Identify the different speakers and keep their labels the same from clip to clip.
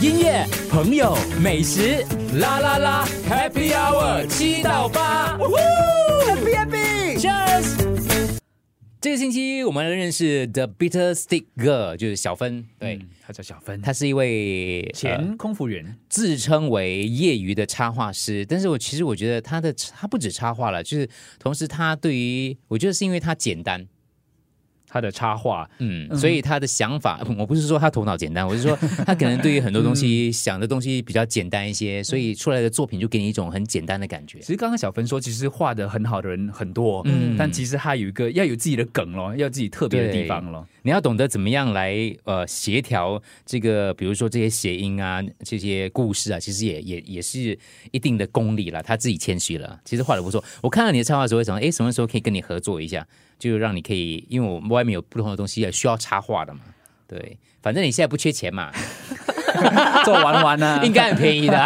Speaker 1: 音乐、朋友、美食，啦啦啦，Happy Hour 七到八，Happy Happy，Cheers。这个星期我们来认识 The Bitter Stick Girl，就是小芬，对。
Speaker 2: 嗯，他叫小芬，
Speaker 1: 她是一位呃
Speaker 2: 前空服员，
Speaker 1: 自称为业余的插画师，但是我其实我觉得他的他不止插画了，就是同时他对于我觉得是因为他简单，
Speaker 2: 他的插画，
Speaker 1: 嗯，所以他的想法， 不我不是说他头脑简单，我是说他可能对于很多东西想的东西比较简单一些，所以出来的作品就给你一种很简单的感觉
Speaker 2: 其。实刚刚小芬说，其实画的很好的人很多，
Speaker 1: 嗯
Speaker 2: 但其实他有一个要有自己的梗咯，要有自己特别的地方咯。
Speaker 1: 你要懂得怎么样来呃协调这个，比如说这些谐音啊，这些故事啊，其实也也也是一定的功力了。他自己谦虚了，其实画的不错。我看到你的插画的时候，我想，哎，什么时候可以跟你合作一下？就让你可以，因为我们外面有不同的东西也需要插画的嘛。对，反正你现在不缺钱嘛，
Speaker 2: 做玩玩 呢、
Speaker 1: 应该很便宜的。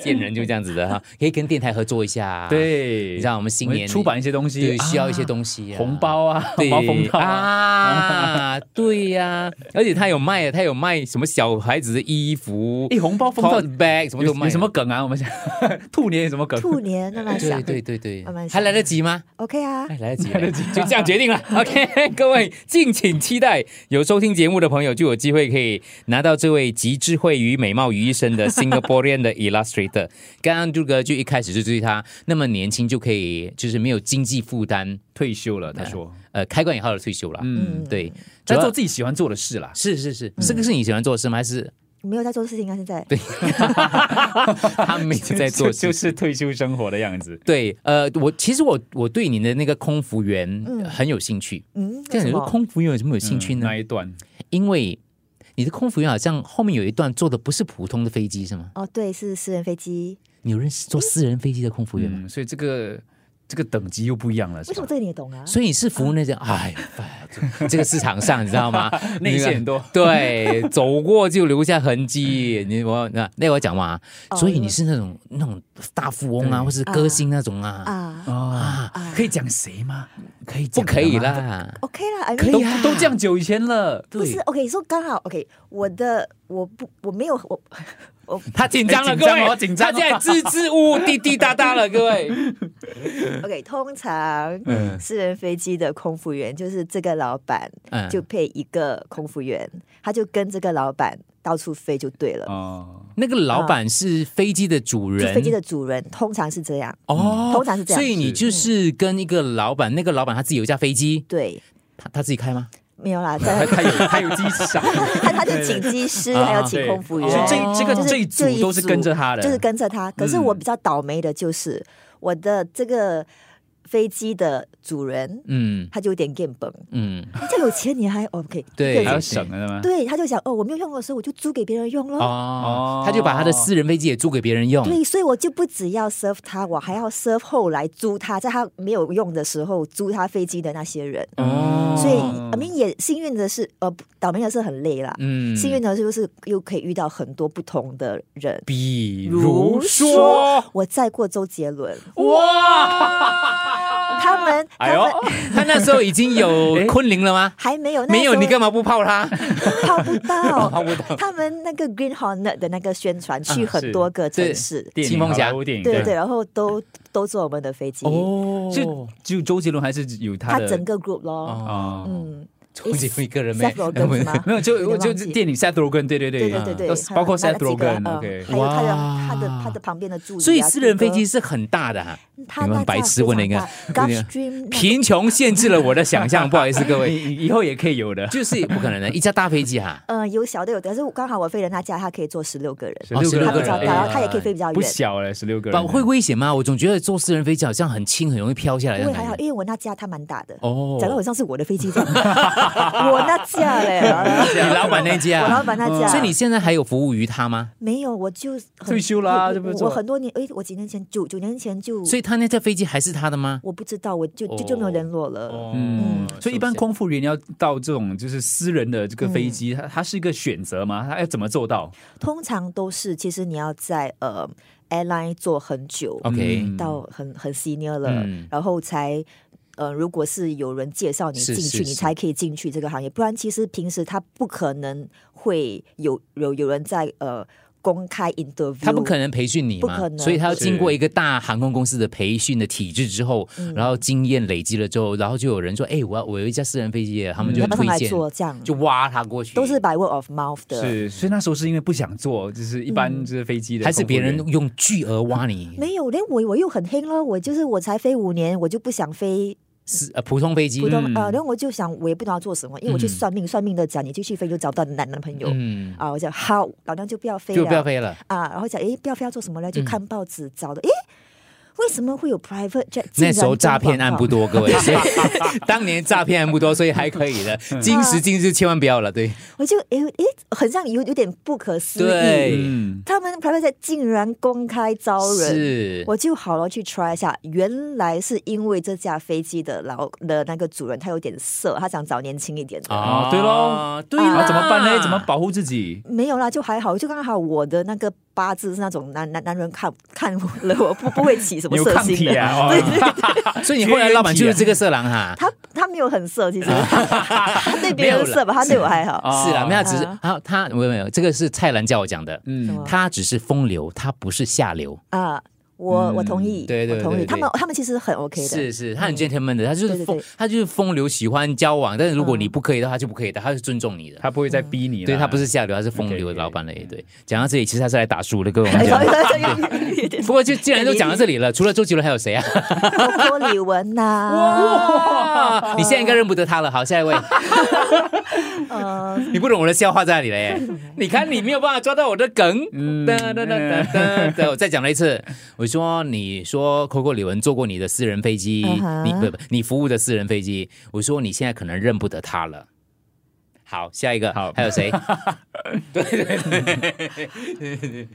Speaker 1: 见人就这样子的哈，可以跟电台合作一下。，
Speaker 2: 对，
Speaker 1: 啊你知道我们新
Speaker 2: 我们
Speaker 1: 年
Speaker 2: 出版一些东西
Speaker 1: 对，需要一些
Speaker 2: 啊
Speaker 1: 东西、啊
Speaker 2: 红。包啊，
Speaker 1: 对
Speaker 2: 红包封套啊，
Speaker 1: 啊，对呀、而且他有卖，啊他有卖什么小孩子的衣服
Speaker 2: 哎、、红包封
Speaker 1: tote
Speaker 2: 套
Speaker 1: bag 什么
Speaker 2: 有
Speaker 1: 都卖，
Speaker 2: 有什么梗啊？我们想 兔年有什么 梗？
Speaker 3: 兔年那么小
Speaker 1: 对对对对
Speaker 3: 慢慢，想
Speaker 1: 还来得及吗？
Speaker 3: ，OK 啊，
Speaker 1: 哎，来得及，来得及，就这样决定 了。OK，各位敬请期待，有收听节目的朋友就有机会可以拿到这位集智慧与美貌于一身的 Singaporean 的 Illustrator。刚刚杜哥就一开始就对他那么年轻就可以，就是没有经济负担，
Speaker 2: 退休了，他说，
Speaker 1: 呃，开馆以后的退休了。
Speaker 2: 嗯，
Speaker 3: 嗯，，
Speaker 1: 对，主
Speaker 2: 在
Speaker 1: 要
Speaker 2: 做自己喜欢做的事啦。
Speaker 1: 是是是，这个是你喜欢做的事吗？还 是
Speaker 3: 没有在做事情啊，现在，
Speaker 1: 对，他 每次在做
Speaker 2: 就
Speaker 1: 事
Speaker 2: 就。是退休生活的样子。
Speaker 1: 对，呃，我其实我我对你的那个空服员
Speaker 3: 嗯
Speaker 1: 很有兴趣。
Speaker 3: 嗯，
Speaker 1: 这样你
Speaker 3: 为什
Speaker 1: 说
Speaker 3: 么
Speaker 1: 空服员有什么有兴趣
Speaker 2: 嗯
Speaker 1: 呢？
Speaker 2: 那一段，
Speaker 1: 因为你的空服员好像后面有一段坐的不是普通的飞机是吗？
Speaker 3: 哦，对，是私人飞机，
Speaker 1: 你有认识坐私人飞机的空服员吗？
Speaker 2: 嗯，所以这个这个等级又不一样了，是
Speaker 3: 为什
Speaker 2: 吧？
Speaker 3: 么？这个你也懂啊？
Speaker 1: 所以你是服务那种，哎呀，哎这这个市场上你知道 吗
Speaker 2: 内线很多
Speaker 1: 那个对，走过就留下痕迹。你我那那我讲嘛，
Speaker 3: 哦
Speaker 1: 所以你是那种那种大富翁啊，
Speaker 2: 对
Speaker 1: 或是歌星那种啊，
Speaker 3: 啊
Speaker 2: 啊，可以讲谁吗？可以
Speaker 1: 不
Speaker 2: 讲的吗
Speaker 1: 可以，啦。
Speaker 3: ，OK 啦，I mean，
Speaker 1: 可以
Speaker 2: 都
Speaker 1: 啊
Speaker 2: 都这样久以前了，
Speaker 3: 不是 OK，说刚好 OK，我的我不我没有 我
Speaker 1: 他紧张了，
Speaker 2: 哎
Speaker 1: 各
Speaker 2: 紧张哦
Speaker 1: 位，
Speaker 2: 紧张哦
Speaker 1: 他现在支支吾吾、滴滴答答了，各 位。
Speaker 3: OK，通常
Speaker 2: 嗯
Speaker 3: 私人飞机的空服员就是这个老板
Speaker 1: 嗯
Speaker 3: 就配一个空服员，他就跟这个老板到处飞就对了。
Speaker 2: 哦，
Speaker 1: 那个老板是飞机的主
Speaker 3: 就
Speaker 1: 人，
Speaker 3: 飞机的主人通常是这样，
Speaker 1: 哦，
Speaker 3: 通常是这样
Speaker 1: 所以你就是跟一个老板，那个老板他自己有一架飞机，
Speaker 3: 对，
Speaker 1: 他他自己开吗？
Speaker 3: 没有 啦，在
Speaker 2: 他有他有机 场，
Speaker 3: 他他就请技师，
Speaker 1: 啊
Speaker 3: 还有请空服员，
Speaker 2: 所以这这个
Speaker 3: 就是
Speaker 2: 这一
Speaker 3: 就
Speaker 2: 组都是跟着他的，嗯
Speaker 3: 就是跟着他。可是我比较倒霉的就是、我的这个飞机的主人，
Speaker 1: 嗯
Speaker 3: 他就有点 game 本，
Speaker 1: 嗯，
Speaker 3: 你这有钱你还哦 OK？
Speaker 1: 对
Speaker 3: 一个
Speaker 2: 还要
Speaker 3: 人
Speaker 2: 省了吗？
Speaker 3: 对，他就想哦，我没有用的时候，我就租给别人用咯。
Speaker 1: 哦
Speaker 2: 哦，
Speaker 1: 他就把他的私人飞机也租给别人用，
Speaker 3: 对，所以我就不只要 serve 他，我还要 serve 后来租他，在他没有用的时候租他飞机的那些人。
Speaker 1: 哦
Speaker 3: 所以阿明也幸运的是，呃，不倒霉的是很累啦。
Speaker 1: 嗯
Speaker 3: 幸运的是就是又可以遇到很多不同的人，
Speaker 1: 比如说
Speaker 3: 说我载过周杰伦，
Speaker 1: 哇，
Speaker 3: 他们他
Speaker 2: 哎呦
Speaker 3: 们，
Speaker 1: 他那时候已经有昆凌了吗？
Speaker 3: 还没 有，那
Speaker 1: 没有，
Speaker 3: 时候
Speaker 1: 你干嘛不泡 他？
Speaker 3: 泡不 到，泡不到。他们那个 Green Hornet 的那个宣传
Speaker 1: 啊
Speaker 3: 去很多个城市，
Speaker 2: 电
Speaker 1: 金
Speaker 2: 影
Speaker 1: 凤
Speaker 2: 好
Speaker 1: 霞
Speaker 2: 莱坞电影
Speaker 3: 对对，，然后都都坐我们的飞机，
Speaker 1: 哦
Speaker 2: 就就周杰伦还是有他
Speaker 3: 他
Speaker 2: 的
Speaker 3: 整个 group 咯，
Speaker 2: 哦。
Speaker 3: 嗯
Speaker 1: 周杰伦一个人没
Speaker 3: ，Seth Rogen 是吗？
Speaker 2: 没有，
Speaker 3: 有
Speaker 2: 就
Speaker 3: 点
Speaker 2: 就
Speaker 3: 忘记
Speaker 2: 电影 Seth Rogen，对对
Speaker 3: 对
Speaker 2: 对
Speaker 1: 啊
Speaker 3: 对对对，
Speaker 2: 都
Speaker 3: 还有
Speaker 2: 包括
Speaker 3: 那
Speaker 2: Seth
Speaker 3: 几个
Speaker 2: Rogen，OK，
Speaker 3: 嗯还有他的
Speaker 1: 哇
Speaker 3: 他的他的旁边的助理啊，
Speaker 1: 所以私人飞机
Speaker 3: 哥
Speaker 1: 是很大的、啊，
Speaker 3: 哥，他
Speaker 1: 你
Speaker 3: 那
Speaker 1: 们白痴问了一个
Speaker 3: Gulfstream 那
Speaker 1: 贫穷限制了我的想 象，不好意思各位，
Speaker 2: 以以后也可以有的，
Speaker 1: 就是不可能的，一架大飞机哈、
Speaker 3: 呃，有小的有的，可是我刚好我飞的那架，它可以坐十六个人，
Speaker 1: 哦16个
Speaker 3: 它比
Speaker 1: 人
Speaker 3: 较大，
Speaker 1: 哎
Speaker 3: 然后它也可以飞比较
Speaker 2: 不
Speaker 3: 远。
Speaker 2: 小了，十六个
Speaker 1: 不
Speaker 2: 人，
Speaker 1: 会危险吗？我总觉得坐私人飞机好像很轻，很容易飘下来
Speaker 3: 不
Speaker 1: 的
Speaker 3: 会还好
Speaker 1: 感，觉。
Speaker 3: 因为我那架它蛮大的，
Speaker 1: 哦
Speaker 3: 讲到好像是我的飞机这样，我那架嘞，
Speaker 1: 你老板那
Speaker 3: 我
Speaker 1: 家
Speaker 3: 老，板那架，
Speaker 1: 所以你现在还有服务于他吗？
Speaker 3: 没有，我就很
Speaker 2: 退休啦
Speaker 3: 我
Speaker 2: 这不是
Speaker 3: 我
Speaker 2: 做
Speaker 3: 我很多年，哎，我几年前九九年前就，
Speaker 1: 所以他那架飞机还是他的吗？
Speaker 3: 我不知道，我就就
Speaker 1: 哦
Speaker 3: 就没有联络了。
Speaker 1: 嗯，
Speaker 2: 所以一般空服员要到这种就是私人的这个飞
Speaker 3: 嗯
Speaker 2: 机，它它是一个选择吗？它要怎么做到？
Speaker 3: 通常都是，其实你要在呃 airline 做很久，
Speaker 1: OK，
Speaker 2: 嗯
Speaker 3: 到很很 senior 了
Speaker 1: 嗯，
Speaker 3: 然后才呃，如果是有人介绍你
Speaker 1: 是
Speaker 3: 进
Speaker 1: 是
Speaker 3: 去，
Speaker 1: 是
Speaker 3: 你才可以进去这个行业，不然其实平时他不可能会有有有人在呃公开 interview，
Speaker 1: 他不可能培训你
Speaker 3: 不
Speaker 1: 嘛，
Speaker 3: 可能
Speaker 1: 所以他要
Speaker 2: 是
Speaker 1: 经过一个大航空公司的培训的体制之后，
Speaker 3: 嗯
Speaker 1: 然后经验累积了之后，然后就有人说，哎，我要我有一架私人飞机耶，他们
Speaker 3: 你
Speaker 1: 就
Speaker 3: 要不要上
Speaker 1: 推
Speaker 3: 来
Speaker 1: 荐，
Speaker 3: 做这样，
Speaker 1: 就挖他过去，
Speaker 3: 都是 by word of mouth 的。嗯
Speaker 2: 是，所以那时候是因为不想做，就是一般就是飞机的
Speaker 1: 还
Speaker 2: 空
Speaker 1: 是
Speaker 2: 服
Speaker 1: 别
Speaker 2: 员，
Speaker 1: 人用巨额挖你，
Speaker 3: 没有，连我我又很黑了，我就是我才飞五年，我就不想飞
Speaker 1: 是呃普通飞机
Speaker 3: 普，通、
Speaker 2: 嗯
Speaker 3: 呃，然后我就想我也不知道做什么，因为我去
Speaker 1: 嗯
Speaker 3: 算命，算命的讲你继续飞就找不到男男朋友、
Speaker 1: 嗯，
Speaker 3: 啊，我讲好，老娘就不要飞
Speaker 1: 就
Speaker 3: 了，
Speaker 1: 不要飞了。
Speaker 3: 啊，然后讲诶，不要非要做什么呢？就
Speaker 1: 嗯
Speaker 3: 看报纸找的，诶，为什么会有 private jet？
Speaker 1: 那时候诈骗案不
Speaker 3: 不
Speaker 1: 多， 各位，所以 当年诈骗案不多，所以还可以的。
Speaker 3: 啊
Speaker 1: 今时今日千万不要了，对
Speaker 3: 我就诶诶，很像有有点不可思议，
Speaker 1: 对，
Speaker 2: 嗯，
Speaker 3: 他们 private jet 竟然公开招人。
Speaker 1: 是
Speaker 3: 我就好了去 try 一下，原来是因为这架飞机的老的那个主人他有点色，他想找年轻一点的。
Speaker 2: 哦对咯，
Speaker 1: 对
Speaker 3: 啊
Speaker 1: 啦，
Speaker 2: 啊，怎么办呢？怎么保护自己？
Speaker 3: 没有啦，就还好，就刚好我的那个八字是那种男男男人看看了我不不会起什么
Speaker 2: 你有
Speaker 3: 色
Speaker 2: 抗
Speaker 3: 心
Speaker 2: 体
Speaker 3: 的。
Speaker 2: 啊？ 哦
Speaker 1: 所以你后来老板就是这个色狼哈。
Speaker 3: 他他没有很 色，其实他对别人
Speaker 1: 没有啦
Speaker 3: 色吧，他对我还好。
Speaker 2: 啊
Speaker 1: 是啦，没有，他只是
Speaker 3: 啊
Speaker 1: 他他没有没有，这个是蔡澜叫我讲的，
Speaker 3: 什么
Speaker 2: 嗯，
Speaker 1: 他只是风流，他不是下流。
Speaker 3: 啊，我我同意，
Speaker 1: 嗯对对
Speaker 3: 我同
Speaker 1: 对
Speaker 3: 意。
Speaker 1: 对
Speaker 3: 他们他们其实很 OK 的，嗯
Speaker 1: 是是，他很 gentleman 的，他就
Speaker 3: 对
Speaker 1: 是
Speaker 3: 对
Speaker 1: 风
Speaker 3: 对，
Speaker 1: 他就是风流，喜欢交往，但是如果你不可以的话，他就不可以的，他是尊重你的。
Speaker 2: 他不会再逼你啦，
Speaker 1: 对他不是下流，他是风流的
Speaker 2: OK，OK
Speaker 1: 老板嘞。对，讲到这里，其实他是来打输的，各位。我们
Speaker 3: 哎
Speaker 1: 讲
Speaker 3: sorry，sorry，有点
Speaker 1: 不过就既然都讲到这里了，除了周杰伦还有谁啊？
Speaker 3: 包括李玟呐，
Speaker 1: 哇，你现在应该认不得他了。好，下一位，
Speaker 3: 呃，
Speaker 1: 你不懂我的笑话在哪里了耶？ 你看你没有办法抓到我的梗。
Speaker 2: 嗯，
Speaker 1: 哒哒哒哒哒 哒！我再讲了一次，我说你说 Coco 李玟坐过你的私人飞机
Speaker 3: 嗯哼
Speaker 1: 你不不你服务的私人飞机，我说你现在可能认不得他了。好，下一个，
Speaker 2: 好
Speaker 1: 还有 谁？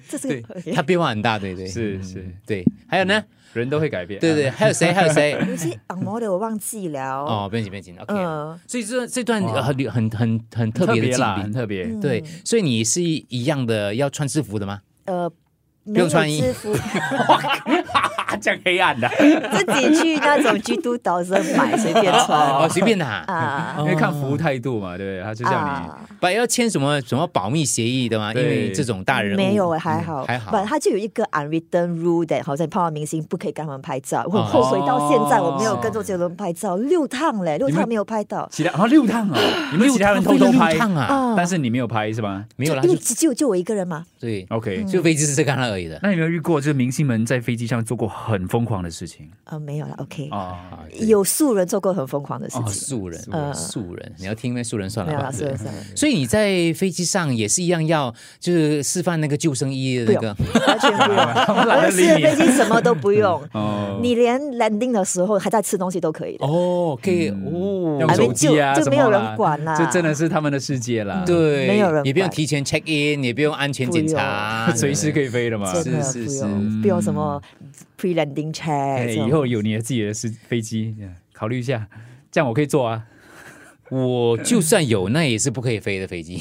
Speaker 3: 这是
Speaker 1: 对
Speaker 3: 个，
Speaker 1: 他变化很大，对对
Speaker 2: 是是，
Speaker 1: 对，还有呢？
Speaker 2: 人都会改变，
Speaker 1: 嗯对对，还有谁？还有 谁？
Speaker 3: 有些昂毛的我忘记了，
Speaker 1: 哦，不用紧不用紧，OK。
Speaker 3: 嗯，
Speaker 1: 所以这这段呃
Speaker 2: 哇
Speaker 1: 很很很很特
Speaker 2: 特
Speaker 1: 别的
Speaker 2: 别
Speaker 1: 经
Speaker 2: 啦，
Speaker 1: 历
Speaker 2: 很，特别，
Speaker 3: 嗯
Speaker 1: 对，所以你是一样的要穿制服的吗？
Speaker 3: 呃。
Speaker 1: 不
Speaker 3: 没有
Speaker 1: 用穿衣
Speaker 3: 制服，
Speaker 2: 啊，这样黑 暗的，
Speaker 3: 自己去那种 G 都岛上买，随便穿
Speaker 1: 哦，随便的啊，
Speaker 3: 啊
Speaker 2: 因为看服务态度嘛，对不对？他就叫你。
Speaker 3: 啊！
Speaker 1: 不要签什么什么保密协议的吗？因
Speaker 2: 对
Speaker 1: 为这种大人物
Speaker 3: 没有哎，还好
Speaker 1: 嗯还
Speaker 3: 不，
Speaker 1: 好。
Speaker 3: 他就有一个 unwritten rule 的，好像你碰到明星不可以跟他们拍照。我
Speaker 1: 哦
Speaker 3: 很后悔到现在我没有
Speaker 2: 哦
Speaker 3: 跟周杰伦拍照，六趟嘞，六
Speaker 2: 你们
Speaker 3: 趟没有拍到。
Speaker 2: 其他啊六趟哦，你们其他人偷偷
Speaker 1: 六
Speaker 2: 拍，
Speaker 1: 趟啊，
Speaker 3: 啊
Speaker 2: 但是你没有拍是吧
Speaker 1: 没有啦，
Speaker 3: 因为
Speaker 1: 就
Speaker 3: 只只有就我一个人嘛。
Speaker 1: 对，
Speaker 3: 嗯
Speaker 2: ？OK，
Speaker 1: 就飞机是这个那而已的。
Speaker 2: 那有没有遇过就是明星们在飞机上做过很疯狂的事情
Speaker 3: 啊、没有了，OK。
Speaker 2: 啊？
Speaker 3: 有素人做过很疯狂的事
Speaker 1: 哦，
Speaker 3: 情，
Speaker 1: 素人，
Speaker 3: 呃
Speaker 1: 素人，你要听那素人算
Speaker 3: 没有
Speaker 1: 了吧
Speaker 3: 了，。素人
Speaker 1: 对
Speaker 3: 素人。
Speaker 1: 所以你在飞机上也是一样，要就是示范那个救生衣的那个，
Speaker 3: 完全不用。
Speaker 2: 懒得
Speaker 3: 我
Speaker 2: 理你
Speaker 3: 私人飞机什么都不 用，
Speaker 2: 哦，
Speaker 3: 你连 landing 的时候还在吃东西都可以的。
Speaker 1: 哦，可以哦
Speaker 2: 嗯用，手机啊，
Speaker 3: 就就
Speaker 2: 什么
Speaker 3: 没
Speaker 2: 啦
Speaker 3: 有人管啦
Speaker 2: 这真的是他们的世界啦，，
Speaker 1: 对，
Speaker 3: 没有人
Speaker 1: 也不用
Speaker 3: 管
Speaker 1: 提前 check in，也不用安全检查，
Speaker 2: 随时可以飞的嘛。
Speaker 3: 真的
Speaker 1: 是嗯
Speaker 3: 不
Speaker 1: 是
Speaker 3: 用，不用什么 pre landing
Speaker 2: 哎，
Speaker 3: check 这
Speaker 2: 以
Speaker 3: 种。
Speaker 2: 后有你的自己的是飞机，考虑一下，这样我可以坐啊。
Speaker 1: 我就算有，那也是不可以飞的飞 机，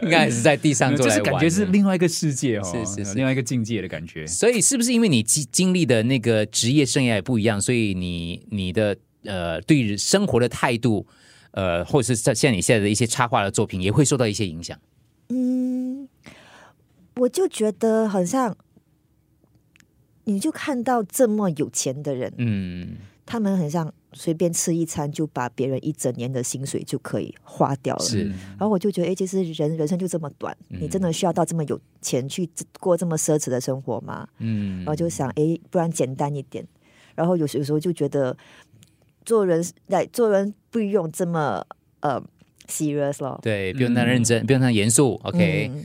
Speaker 1: 应该还是在地上坐
Speaker 2: 就
Speaker 1: 来
Speaker 2: 是
Speaker 1: 玩的。
Speaker 2: 感觉是另外一个世界哦，
Speaker 1: 是是是
Speaker 2: 另外一个境界的感 觉。
Speaker 1: 所以是不是因为你经经历的那个职业生涯也不一样，所以你你的呃对生活的态度，呃，或者是像像你现在的一些插画的作品，也会受到一些影响。
Speaker 3: 嗯，我就觉得好像，你就看到这么有钱的人，
Speaker 1: 嗯，
Speaker 3: 他们很像随便吃一餐就把别人一整年的薪水就可以花掉了。
Speaker 1: 是
Speaker 2: 嗯
Speaker 1: 嗯
Speaker 3: 然后我就觉得，哎，其实人人生就这么短，你真的需要到这么有钱去这过这么奢侈的生活吗？
Speaker 1: 嗯
Speaker 3: 然后就想，哎，不然简单一点。然后有时有时候就觉得，做人来做人不用这么呃 serious 咯。
Speaker 1: 对，
Speaker 2: 嗯
Speaker 1: 不用太认真，不用太严肃。OK，、
Speaker 3: 嗯